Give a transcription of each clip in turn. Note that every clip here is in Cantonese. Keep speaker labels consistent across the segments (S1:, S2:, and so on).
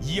S1: 以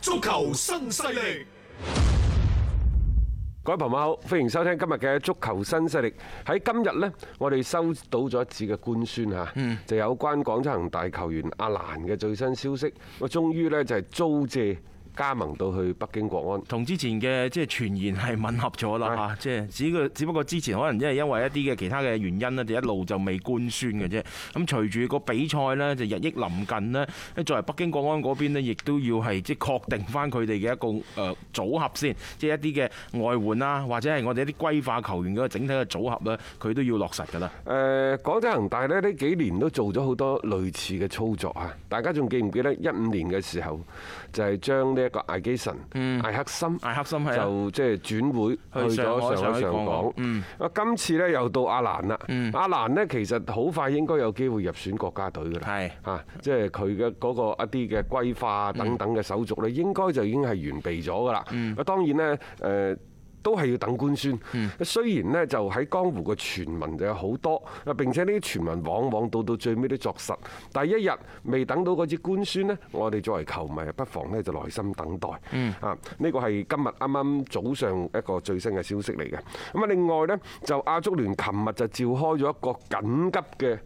S1: 足球新勢力，
S2: 各位朋友好，歡迎收聽今日嘅足球新勢力。喺今日呢，我哋收到咗一紙嘅官宣嚇，就有關廣州恒大球員阿蘭嘅最新消息。我終於呢，就係租借加盟到去北京國安。
S3: 同之前嘅即係傳言係吻合咗啦嚇，即係只個只不過之前可能因為因為一啲嘅其他嘅原因呢，就一路就未官宣嘅啫。咁隨住個比賽呢，就日益臨近呢，作為北京國安嗰邊呢，亦都要係即係確定翻佢哋嘅一個誒組合先，即係一啲嘅外援啦，或者係我哋一啲歸化球員嘅整體嘅組合呢，佢都要落實㗎啦。
S2: 誒，廣州恒大呢，呢幾年都做咗好多類似嘅操作啊！大家仲記唔記得一五年嘅時候，就係將呢一個艾基臣、艾克森、
S3: 嗯艾克森係啊
S2: 就即係轉會去
S3: 去嗯上
S2: 咗
S3: 海
S2: 上海
S3: 上
S2: 上
S3: 港
S2: 港。啊，今次呢又到阿蘭啦。阿蘭呢，其實好快應該有機會入選國家隊㗎啦。
S3: 係
S2: 啊，即係佢嘅嗰個一啲嘅規劃等等嘅手
S3: 嗯
S2: 續呢，應該就已經係完備咗㗎啦。啊、當然呢。誒。都係要等官宣。
S3: 嗯
S2: 雖然呢，就喺江湖嘅傳聞就有好多，啊並且呢啲傳聞往往到到最尾都作實。但係一日未等到嗰支官宣呢，我哋作為球迷不妨呢就耐心等待。
S3: 嗯
S2: 啊，呢個係今日啱啱早上一個最新嘅消息嚟嘅。咁啊，另外呢，就亞足聯琴日就召開咗一個緊急嘅。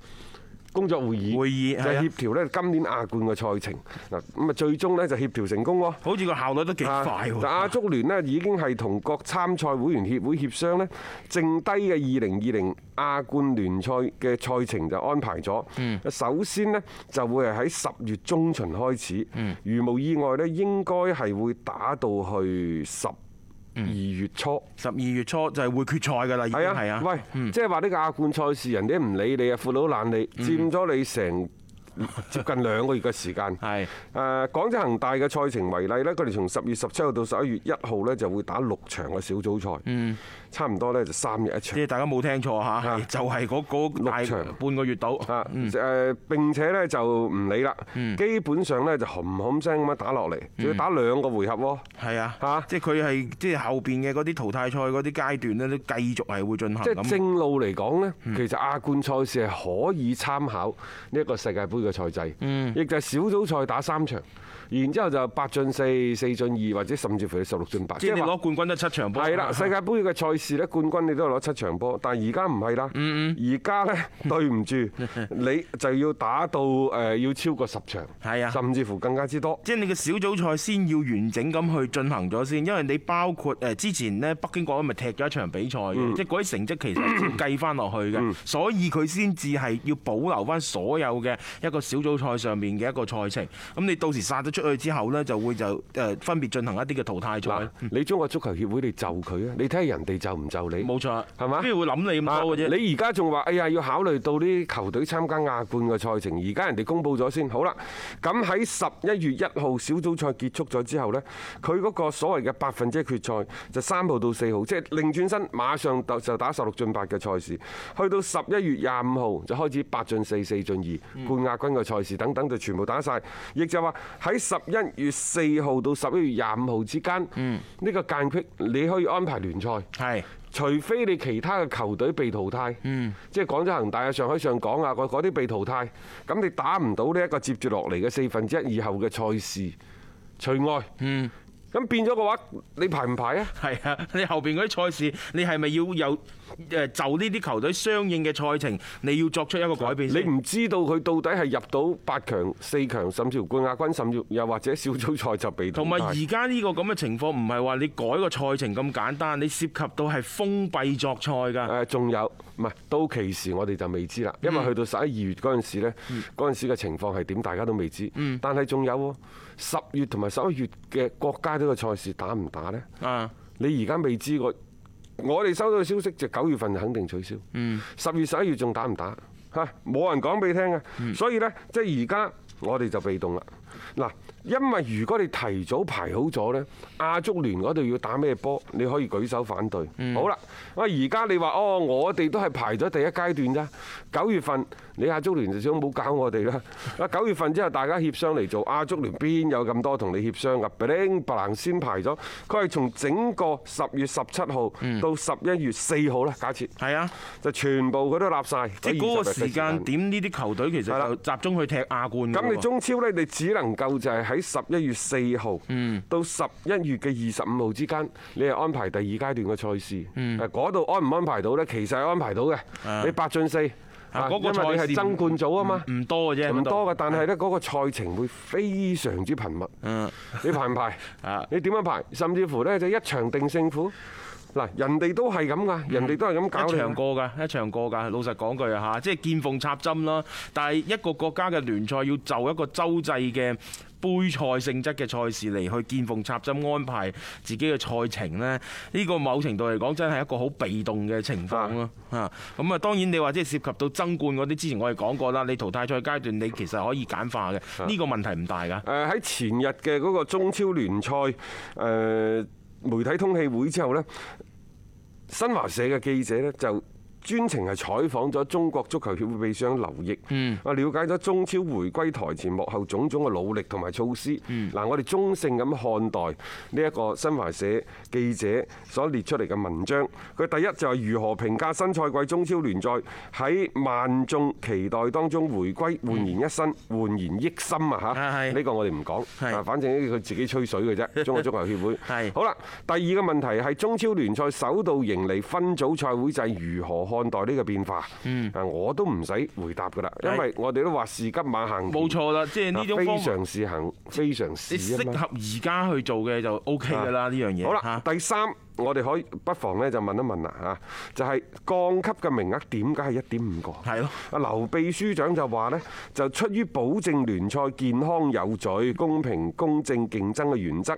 S2: 工作會議，
S3: 會議
S2: 就
S3: 係啊
S2: 協調呢今年亞冠嘅賽程嗱，咁啊最終呢就協調成功喎。
S3: 好似個效率都幾快
S2: 啊亞
S3: 喎。
S2: 足聯呢已經係同各參賽會員協會協商呢，剩低嘅二零二零亞冠聯賽嘅賽程就安排咗。
S3: 嗯
S2: 首先呢，就會係喺十月中旬開始，
S3: 嗯
S2: 如無意外呢，應該係會打到去十二月初。
S3: 十二月初就係會決賽㗎啦，已經
S2: 係
S3: 係
S2: 啊
S3: 啊，。
S2: 喂，即係話呢個亞冠賽事，人哋唔理你啊，闊佬懶你，
S3: 嗯
S2: 佔咗你 成接近兩個月嘅時間。
S3: 係
S2: 誒，廣州恒大嘅賽程為例呢，佢哋從十月十七號到十一月一號呢，就會打六場嘅小組賽，
S3: 嗯
S2: 差唔多呢就三日一場
S3: 即。係大家冇聽錯
S2: 啊
S3: 嚇，就係嗰嗰大
S2: 六場
S3: 半個月到。
S2: 啊誒，並且呢就唔理啦，
S3: 嗯
S2: 基本上呢就冚冚聲咁樣打落嚟，仲要打兩個回合喎。
S3: 係啊，
S2: 嚇
S3: 即係佢係即係後邊嘅嗰啲淘汰賽嗰啲階段咧，都繼續係會進行
S2: 即
S3: 啊咁。嗯
S2: 係正路嚟講呢，其實亞冠賽事係可以參考呢一個世界盃嘅賽制，
S3: 嗯
S2: 亦就係小組賽打三場，然之後就八進四、四進二，或者甚至乎你十六進八。
S3: 即係你
S2: 話
S3: 攞冠軍得七場波。啊
S2: 係啦，世界盃嘅賽事呢，冠軍你都係攞七場波，但係而家唔係啦。
S3: 嗯
S2: 而家 呢，對唔住，你就要打到誒要超過十場，
S3: 係啊
S2: 甚至乎更加之多。
S3: 即係你嘅小組賽先要完整咁去進行咗先，因為你包括誒之前呢，北京國安咪踢咗一場比賽嘅，
S2: 嗯
S3: 即係嗰啲成績 其實係計翻落去嘅，所以佢先至係要保留翻所有嘅一個小組賽上面嘅一個賽程。咁你到時殺咗出去之後呢，就會就誒分別進行一啲嘅淘汰
S2: 嗱
S3: 賽。，
S2: 你中國足球協會你就佢啊，你睇下人哋就唔就你。
S3: 冇錯，
S2: 係嘛啊
S3: 邊會諗你咁多嘅啫？
S2: 你而家仲話，哎呀，要考慮到啲球隊參加亞冠嘅賽程，而家人哋公布咗先。好啦，咁喺十一月一號小組賽結束咗之後呢，佢嗰個所謂嘅百分之一決賽就三號到四號，即係擰轉身馬上就打十六進八嘅賽事，去到十一月廿五號就開始八進四、四進
S3: 嗯
S2: 二冠亞軍嘅賽事等等就全部打晒。亦就話喺十一月四號到十一月廿五號之間，
S3: 嗯
S2: 呢個間隙你可以安排聯賽。
S3: 係。
S2: 除非你其他嘅球隊被淘汰，
S3: 嗯
S2: 即係廣州恒大啊、上海上港啊嗰嗰啲被淘汰，咁你
S3: 嗯
S2: 打唔到呢一個接住落嚟嘅四分之一以後嘅賽事除外。咁變咗嘅話，你排唔排啊？
S3: 係啊， 你後邊嗰啲賽事，你係咪要有誒就呢啲球隊相應嘅賽程，你要作出一個改變
S2: 你
S3: 先？
S2: 唔知道佢到底係入到八強、四強，甚至乎冠亞軍，甚至又或者小組賽就被淘
S3: 同埋
S2: 汰。
S3: 而家呢個咁嘅情況，唔係話你改個賽程咁簡單，你涉及到係封閉作賽㗎。
S2: 誒，仲有唔係到期時我哋就未知啦，因為去到十一二月嗰陣時呢，嗰陣時嘅情況係點，大家都未知。但係仲有喎，十月同埋十一月嘅國家呢個賽事打唔打呢？
S3: 啊，
S2: 你而家未知個，我哋收到嘅消息就九月份肯定取消，十月十一月仲打唔打？嚇，冇人講俾你聽嘅，所以呢，即係而家我哋就被動啦。嗱，因為如果你提早排好咗呢，亞足聯嗰度要打咩波，你可以舉手反對。好啦，我而家你話哦，我哋都係排咗第一階段咋，九月份你亞足聯就想唔好搞我哋啦。啊，九月份之後大家協商嚟做，亞足聯邊有咁多同你協商㗎？bling bling 先排咗，佢係從整個十月十七號到十一月四號啦，假設
S3: 係啊，
S2: 就全部佢都立晒。
S3: 即係嗰個時間
S2: 點？
S3: 點，呢啲球隊其
S2: 係
S3: 實
S2: 啦
S3: 就集中去踢亞冠㗎喎。
S2: 咁你中超呢，你只能夠就係喺十一月四號
S3: 嗯
S2: 到十一月嘅二十五號之間，你係安排第二階段嘅賽事。誒嗰度安唔安排到呢？其實係安排到嘅。你八進四，
S3: 嗯啊
S2: 啊因
S3: 嗰個
S2: 為你
S3: 賽事
S2: 係爭冠組啊嘛。
S3: 唔多嘅啫，
S2: 唔
S3: 嗰度啊
S2: 多嘅，但係呢嗰個賽程會非常之頻密。你排唔排
S3: 嗯啊？
S2: 你點樣排？甚至乎呢，就一場定勝負。嗱，人哋都係咁噶，人哋都係咁搞你
S3: 一
S2: 㗎啊
S3: 場過㗎，一場過㗎。老實講句啊嚇，即係見縫插針啦。但係一個國家嘅聯賽要就一個洲際嘅杯賽性質嘅賽事嚟去見縫插針安排自己嘅賽程呢，呢個某程度嚟講真係一個好被動嘅情況咯。嚇咁啊，當然你話即係涉及到爭冠嗰啲，之前我哋講過啦，你淘汰賽階段你其實可以簡化嘅，
S2: 啊
S3: 呢個問題唔大㗎。
S2: 誒喺前日嘅嗰個中超聯賽誒媒體通氣會之後呢，新華社嘅記者呢就。專程係採訪咗中國足球協會秘書長劉奕，啊了解咗中超回歸台前幕後種種嘅努力同埋措施。嗱，我哋中性咁看待呢一個新華社記者所列出嚟嘅文章。佢第一就係如何評價新賽季中超聯賽喺萬眾期待當中回歸，煥然一新，煥然益心啊嚇！
S3: 啊係
S2: 呢個我哋唔講，
S3: 係
S2: 啊，反正呢佢自己吹水嘅 啫。中國足球協會
S3: 係
S2: 好啦。第二個問題係中超聯賽首度迎嚟分組賽會制，如何看待呢個變化？
S3: 嗯
S2: 啊，我都唔使回答噶啦，因為我哋都話是急馬行田啊
S3: 冇錯啦，即係呢種
S2: 非
S3: 方法
S2: 常是行，非常
S3: 你
S2: 是啊
S3: 適
S2: 嘛。
S3: 合而家去做嘅就 O K 㗎啦，呢樣嘢。
S2: 啊好
S3: 嚇
S2: 啦，第三，我哋可以不妨呢就問一問啦嚇，就係降級嘅名額點解係一點五個？
S3: 係咯。
S2: 啊，劉秘書長就話呢，就出於保證聯賽健康有序、公平公正競爭嘅原則，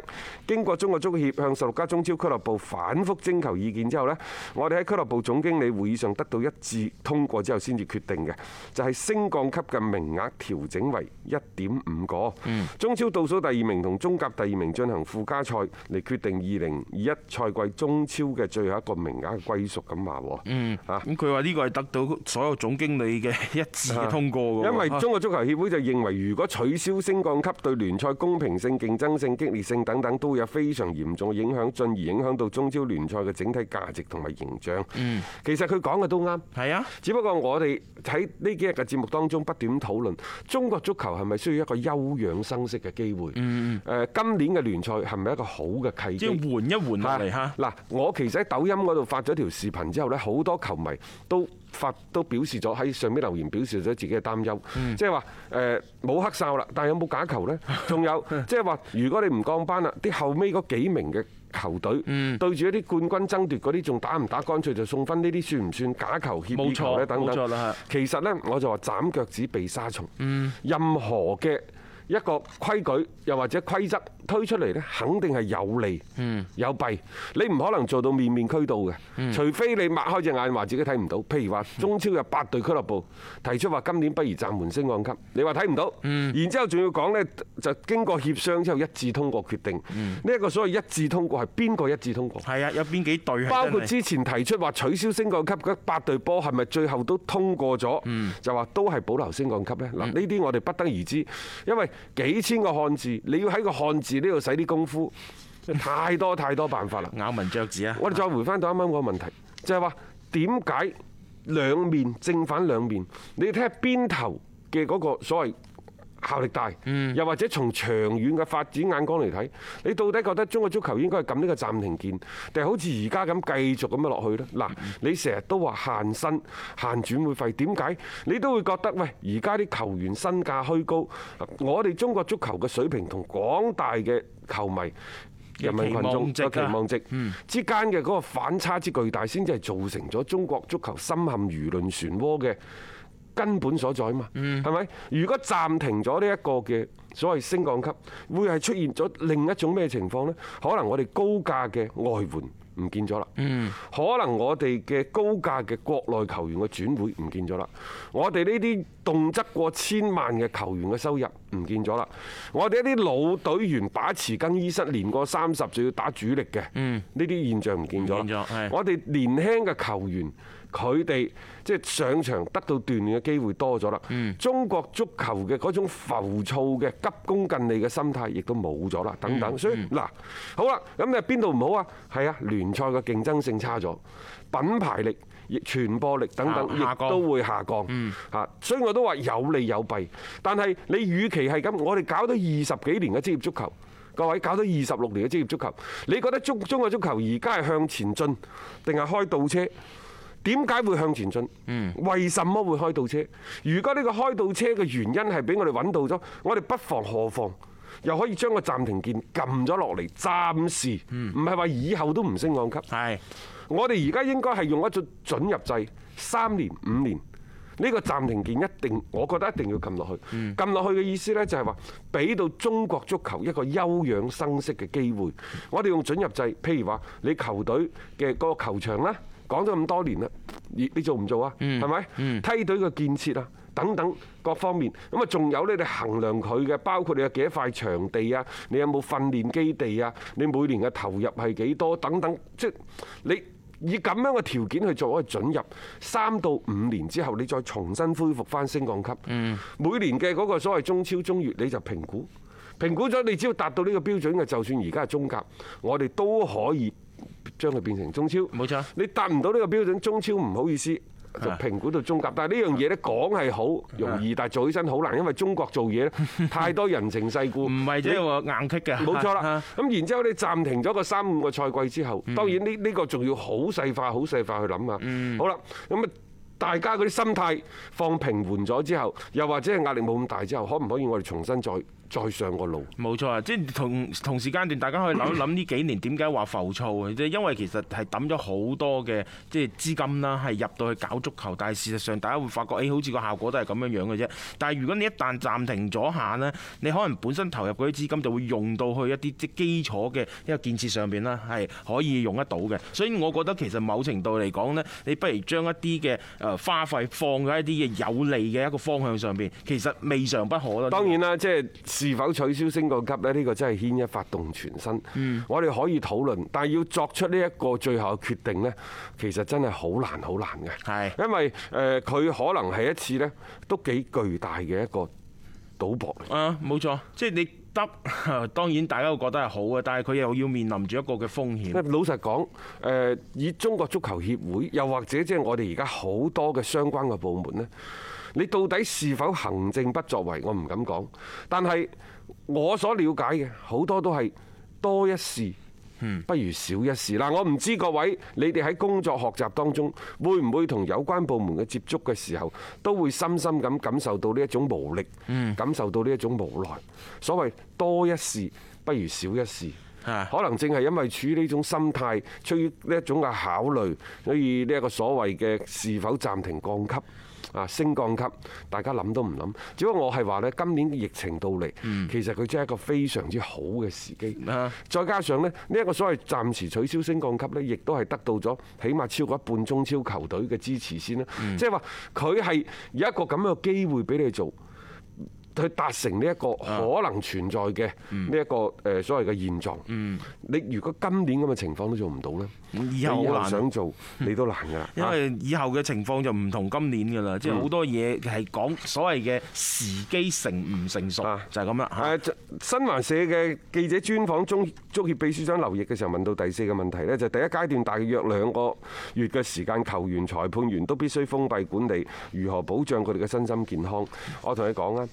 S2: 經過中國足協向十六家中超俱樂部反覆徵求意見之後呢，我哋喺俱樂部總經理會議上得到一致通過之後，先至決定嘅，就係升降級嘅名額調整為一點五個。中超倒數第二名同中甲第二名進行附加賽，嚟決定二零二一賽季中超嘅最後一個名額嘅歸屬咁話喎。嗯，啊。
S3: 咁佢話呢個係得到所有總經理嘅 一致嘅通過㗎喎啊
S2: 因為中國足球協會就認為，如果取消升降級，對聯賽公平性、競爭性、激烈性等等都會有非常嚴重嘅影響，進而影響到中超聯賽嘅整體價值同埋形象。嗯，其實佢講嘅都啱，
S3: 係啊，
S2: 只不過我哋喺呢幾日嘅節目當中不斷討論中國足球係咪需要一個休養生息嘅機會？嗯今年嘅聯賽係咪一個好嘅契
S3: 即係
S2: 機？
S3: 緩一緩落嚟嚇。
S2: 嗱，我其實喺抖音嗰度發咗條視頻之後呢，好多球迷都發都表示咗喺上面留言表示咗自己嘅擔憂，
S3: 嗯
S2: 即係話誒冇黑哨啦，但係有冇假球 呢？仲有即係話，如果你唔降班啦，啲後尾嗰幾名嘅球隊
S3: 嗯
S2: 對住一啲冠軍爭奪嗰啲，仲打唔打？乾脆就送分，呢啲算唔算假球協
S3: 冇
S2: 議
S3: 錯
S2: 球呢？等
S3: 冇錯
S2: 等
S3: 啦。
S2: 其實呢，我就話斬腳趾避沙蟲，任何嘅。一個規矩又或者規則推出嚟呢，肯定係有利有弊。你唔可能做到面面俱到嘅，除非你擘開隻眼話自己睇唔到。譬如話中超有八隊俱樂部提出話今年不如暫緩升降級，你話睇唔到，然之後仲要講呢，就經過協商之後一致通過決定。呢一個所謂一致通過係邊個一致通過？
S3: 係啊，有邊幾隊係真係
S2: 包括之前提出話取消升降級嗰八隊波，係咪最後都通過咗？
S3: 嗯
S2: 就話都係保留升降級呢？嗱，呢啲我哋不得而知，因為幾千個漢字，你要喺個漢字呢度使啲功 夫，太多太多辦法啦。
S3: 咬文嚼字啊？
S2: 我哋再回翻到啱啱個問題，就係話點解兩面正反兩面？你睇下邊頭嘅嗰個所謂效力大，又或者從長遠嘅發展眼光嚟睇，你到底覺得中國足球應該係撳呢個暫停鍵，定係好似而家咁繼續咁樣落去呢？嗱，你成日都話限薪、限轉會費，點解你都會覺得喂，而家啲球員身價虛高，我哋中國足球嘅水平同廣大嘅球迷。人民群眾嘅期望值啊嗯之間嘅嗰個反差之巨大，先至係造成咗中國足球深陷輿論漩渦嘅根本所在嘛，
S3: 嗯
S2: 係咪、如果暫停咗呢一個嘅所謂升降級，會係出現咗另一種咩情況呢？可能我哋高價嘅外援唔見咗啦，
S3: 嗯
S2: 可能我哋嘅高價嘅國內球員嘅轉會唔見咗啦，我哋呢啲動輒過千萬嘅球員嘅收入唔見咗啦，我哋一啲老隊員把持更衣室年過三十就要打主力嘅，呢啲現象唔見咗
S3: 嗯唔見
S2: 啦
S3: 咗係。
S2: 我哋年輕嘅球員，佢哋即係上場得到鍛鍊嘅機會多咗啦。
S3: 嗯
S2: 中國足球嘅嗰種浮躁嘅急功近利嘅心態亦都冇咗啦，
S3: 嗯
S2: 等等。所以嗱，好啦，咁你邊度唔好啊？係啊，聯賽嘅競爭性差咗，品牌力。亦傳播力等等，
S3: 下下
S2: 亦
S3: 降
S2: 都會下降嚇，所以我都話有利有弊。但係你與其係咁，我哋搞咗二十幾年嘅職業足球，各位搞咗二十六年嘅職業足球，你覺得中中國足球而家係向前進定係開倒車？點解會向前進？為什麼會開倒車？如果呢個開倒車嘅原因係俾我哋揾到咗，我哋不妨何妨又可以將個暫停鍵撳咗落嚟，暫時唔係話以後都唔升降級。
S3: 係
S2: 我哋而家應該係用一種準入制，三年五年。呢個暫停鍵一定，我覺得一定要撳落去。撳落去嘅意思呢，就係話俾到中國足球一個休養生息嘅機會。我哋用準入制，譬如話你球隊嘅嗰個球場啦，講咗咁多年啦，你你做唔做啊？係咪？梯隊嘅建設啊，等等各方面，咁啊仲有呢，你衡量佢嘅，包括你有幾多塊場地啊，你有冇訓練基地啊，你每年嘅投入係幾多等等，即係你。以咁樣嘅條件去做一個準入，三到五年之後，你再重新恢復翻升降級。
S3: 嗯
S2: 每年嘅嗰個所謂中超、中乙，你就評估，評估咗你只要達到呢個標準嘅，就算而家係中甲，我哋都可以將佢變成中超。
S3: 冇錯
S2: 你達唔到呢個標準，中超唔好意思。就評估到中甲，但係呢樣嘢咧講係好容易，但係做起身好難，因為中國做嘢 咧太多人情世故，
S3: 唔係即
S2: 你
S3: 係話硬棘嘅？
S2: 冇錯
S3: 啊
S2: 啦。咁然之後你暫停咗個三五個賽季之後，當然呢呢個仲要好細化、好細化去諗啊。好啦，咁啊。大家嗰啲心態放平緩咗之後，又或者係壓力冇咁大之後，可唔可以我哋重新再再上個路？
S3: 冇錯啊！即係同同時間段，大家可以諗一諗呢幾年點解話浮躁啊？即係因為其實係抌咗好多嘅即係資金啦，係入到去搞足球，但係事實上大家會發覺，誒、好似個效果都係咁樣樣嘅啫。但係如果你一旦暫停咗下呢，你可能本身投入嗰啲資金就會用到去一啲即係基礎嘅一個建設上邊啦，係可以用得到嘅。所以我覺得其實某程度嚟講呢，你不如將一啲嘅誒花費放喺一啲嘅有利嘅一個方向上邊，其實未嘗不可啦。
S2: 當然啦，即係是否取消升降級呢？呢個真係牽一發動全身。我哋可以討論，但係要作出呢一個最後嘅決定呢，其實真係好難好難嘅。
S3: 係
S2: 因為誒佢可能係一次呢都幾巨大嘅一個賭博嚟。
S3: 啊，冇錯，即係你得， 當然大家會覺得係好嘅，但係佢又要面臨住一個嘅風險。
S2: 老實講，誒以中國足球協會，又或者即係我哋而家好多嘅相關嘅部門呢，你到底是否行政不作為，我唔敢講。但係我所了解嘅好多都係多一事。不如少一事嗱，我唔知各位你哋喺工作學習當中，會唔會同有關部門嘅接觸嘅時候，都會深深咁感受到呢一種無力，感受到呢一種無奈。所謂多一事不如少一事。
S3: 啊
S2: 可能正係因為處於呢種心態，出於呢一種嘅考慮，所以呢一個所謂嘅是否暫停降級啊升降級，大家諗都唔諗。只不過我係話呢，今年嘅疫情到嚟，其實佢真係一個非常之好嘅時機
S3: 啊。
S2: 再加上呢，呢一個所謂暫時取消升降級呢，亦都係得到咗起碼超過一半中超球隊嘅支持先啦。即係話佢係有一個咁樣嘅機會俾你做。去達成呢一個可能存在嘅呢一個誒所謂嘅現狀。你如果今年咁嘅情況都做唔到呢，
S3: 以後
S2: 嗯你
S3: 好難
S2: 想 啊做你都難㗎啦。
S3: 因為以後嘅情況就唔同今年㗎啦，即係
S2: 嗯
S3: 好多嘢係講所謂嘅時機成唔成熟
S2: 啊，
S3: 就係咁啦嚇。
S2: 誒新華社嘅記者專訪中足協秘書長劉奕嘅時候，問到第四個問題呢，就第一階段大約兩個月嘅時間，球員、裁判員都必須封閉管理，如何保障佢哋嘅身心健康？我同你講啊，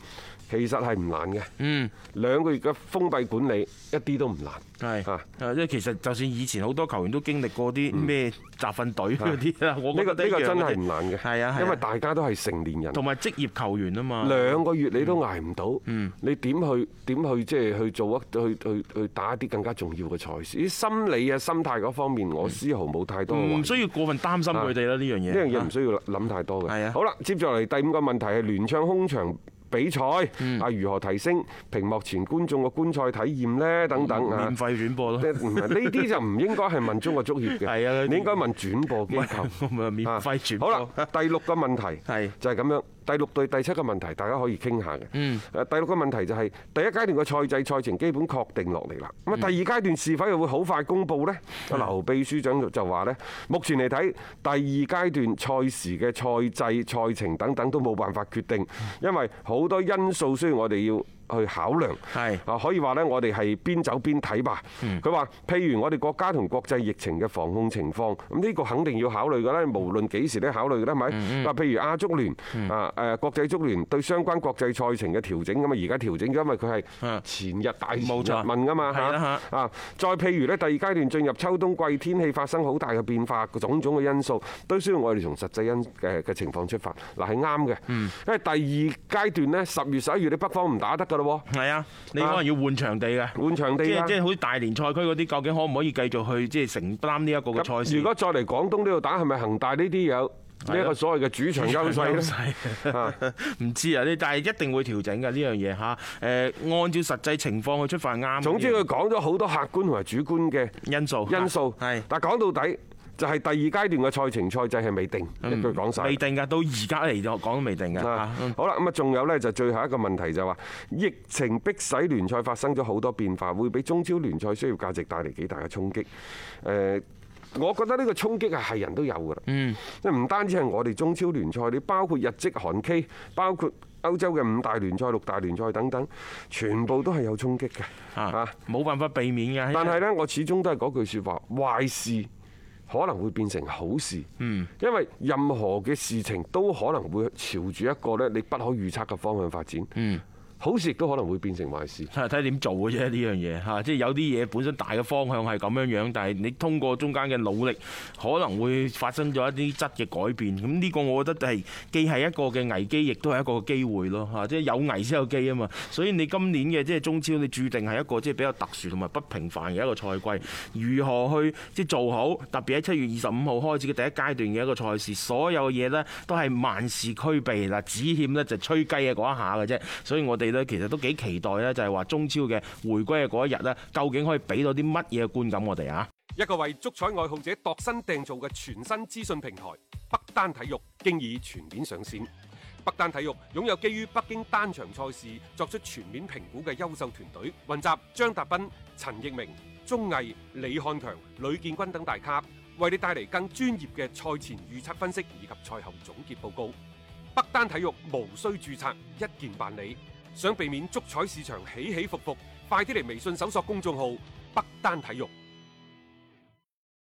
S2: 其實係唔難嘅，
S3: 嗯，
S2: 兩個月嘅封閉管理一啲都唔難。
S3: 係，
S2: 啊嗯
S3: 誒即係其實就算以前好多球員都經歷過啲咩集訓隊嗰啲啊啦，我
S2: 啊呢
S3: 覺
S2: 個
S3: 得
S2: 呢個
S3: 一樣
S2: 真
S3: 嘅
S2: 係
S3: 啫
S2: 唔難嘅，
S3: 係啊，係啊
S2: 因為大家都係成年人，
S3: 同埋職業球員啊嘛，
S2: 兩個月你都捱唔到，你點去點去即係去做一去去去打一啲更加重要嘅賽事？啲心理啊、心態嗰方面，我絲毫冇太多嘅懷疑
S3: 唔需要過分擔心佢哋啦呢樣
S2: 啊
S3: 嘢，啊
S2: 呢樣嘢唔需要諗太多嘅。
S3: 係啊
S2: 好啦，接住落嚟第五個問題係聯唱空場。比賽啊，如何提升屏幕前觀眾嘅觀賽體驗呢？等等啊
S3: 免，費轉播咯
S2: 即。係唔係呢啲就唔應該係問中國足協嘅，
S3: 係啊呢啲
S2: 你應該問轉播機構。
S3: 我咪免費轉播
S2: 啊好啦，第六個問題
S3: 係
S2: 就係咁樣。第六對第七個問題，大家可以傾下嘅。嗯。第六個問題就係第一階段嘅賽制賽程基本確定落嚟啦。
S3: 嗯
S2: 咁啊，第二階段是否又會好快公佈呢？阿劉秘書長就話呢，目前嚟睇，第二階段賽事嘅賽制、賽程等等都冇辦法決定，
S3: 嗯
S2: 因為好多因素需要我哋要。去考量
S3: 係嗯
S2: 啊，可以話呢，我哋係邊走邊睇吧。佢話，譬如我哋國家同國際疫情嘅防控情況，咁呢個肯定要考慮㗎
S3: 嗯
S2: 啦，無論幾時都考慮㗎啦，係咪？嗱，譬如亞足聯啊，誒國際足聯對相關國際賽程嘅調整咁啊，而家調整，因為佢係
S3: 嗯
S2: 前日大前
S3: 冇
S2: 日
S3: 錯
S2: 問㗎嘛
S3: 係啦
S2: 嚇
S3: 嚇
S2: 啊！再譬如咧，第二階段進入秋冬季，天氣發生好大嘅變化，種種嘅因素都需要我哋從實際因嘅嘅情況出發。嗱，係啱嘅，
S3: 嗯
S2: 因為第二階段呢，十月十一月你北方唔打得㗎咯
S3: 係啊，你可能要換場地嘅。
S2: 喎，換場地
S3: 即係
S2: 啊
S3: 即係好似大連賽區嗰啲，究竟可唔可以繼續去即係承擔呢一個嘅賽
S2: 咁
S3: 事？
S2: 如果再嚟廣東呢度打，係咪恒大呢啲有呢一個所謂嘅主場優 勢呢？
S3: 呢 唔知啊，呢但係一定會調整嘅呢樣嘢嚇。誒，按照實際情況去出發係啱嘅。
S2: 總之佢講咗好多客觀同埋主觀嘅
S3: 因素
S2: 因素，
S3: 係
S2: 但講到底就係第二階段嘅賽程賽制係未定，一句講晒。
S3: 未定㗎，到而家嚟就講都未定㗎
S2: 啊
S3: 嚇。嗯
S2: 好啦，咁啊，仲有呢，就最後一個問題就話，疫情迫使聯賽發生咗好多變化，會俾中超聯賽商業價值帶嚟幾大嘅衝擊。誒、我覺得呢個衝擊係啊係人都有㗎啦。嗯，唔單止係我哋中超聯賽，你包括日職韓 K，包括歐洲嘅五大聯賽、六大聯賽等等，全部都係有衝擊嘅。
S3: 啊，冇辦法避免㗎。
S2: 但係啊呢，我始終都係嗰句説話，壞事可能會變成好事。嗯，因為任何嘅事情都可能會朝住一個咧你不可預測嘅方向發展。嗯，好事亦都可能會變成壞事。
S3: 睇睇點做嘅啫呢樣嘢嚇，即係有啲嘢本身大嘅方向係咁樣樣，但係你通過中間嘅努力，可能會發生咗一啲質嘅改變。咁呢個我覺得係既係一個嘅危機，亦都係一個機會咯嚇，即係有危先有機啊嘛。所以你今年嘅即係中超，你注定係一個即係比較特殊同埋不平凡嘅一個賽季。如何去即係做好，特別喺七月二十五號開始嘅第一階段嘅一個賽事，所有嘢呢都係萬事俱備嗱，只欠呢就吹雞嘅嗰一下嘅啫。所以我哋呢其實都幾期待呢，就係話中超嘅回歸嘅嗰一日呢，究竟可以俾到啲乜嘢嘅觀感我哋啊？
S2: 一個為足彩愛好者度身訂造嘅全新資訊平台北單體育，經已全面上線。北單體育擁有基於北京單場賽事作出全面評估嘅優秀團隊，雲集張達斌、陳奕明、鐘毅、李漢強、呂建軍等大咖，為你帶嚟更專業嘅賽前預測分析以及賽後總結報告。北單體育無需註冊，一鍵辦理。想避免足彩市場起起伏伏，快啲嚟微信搜索公眾號北單體育。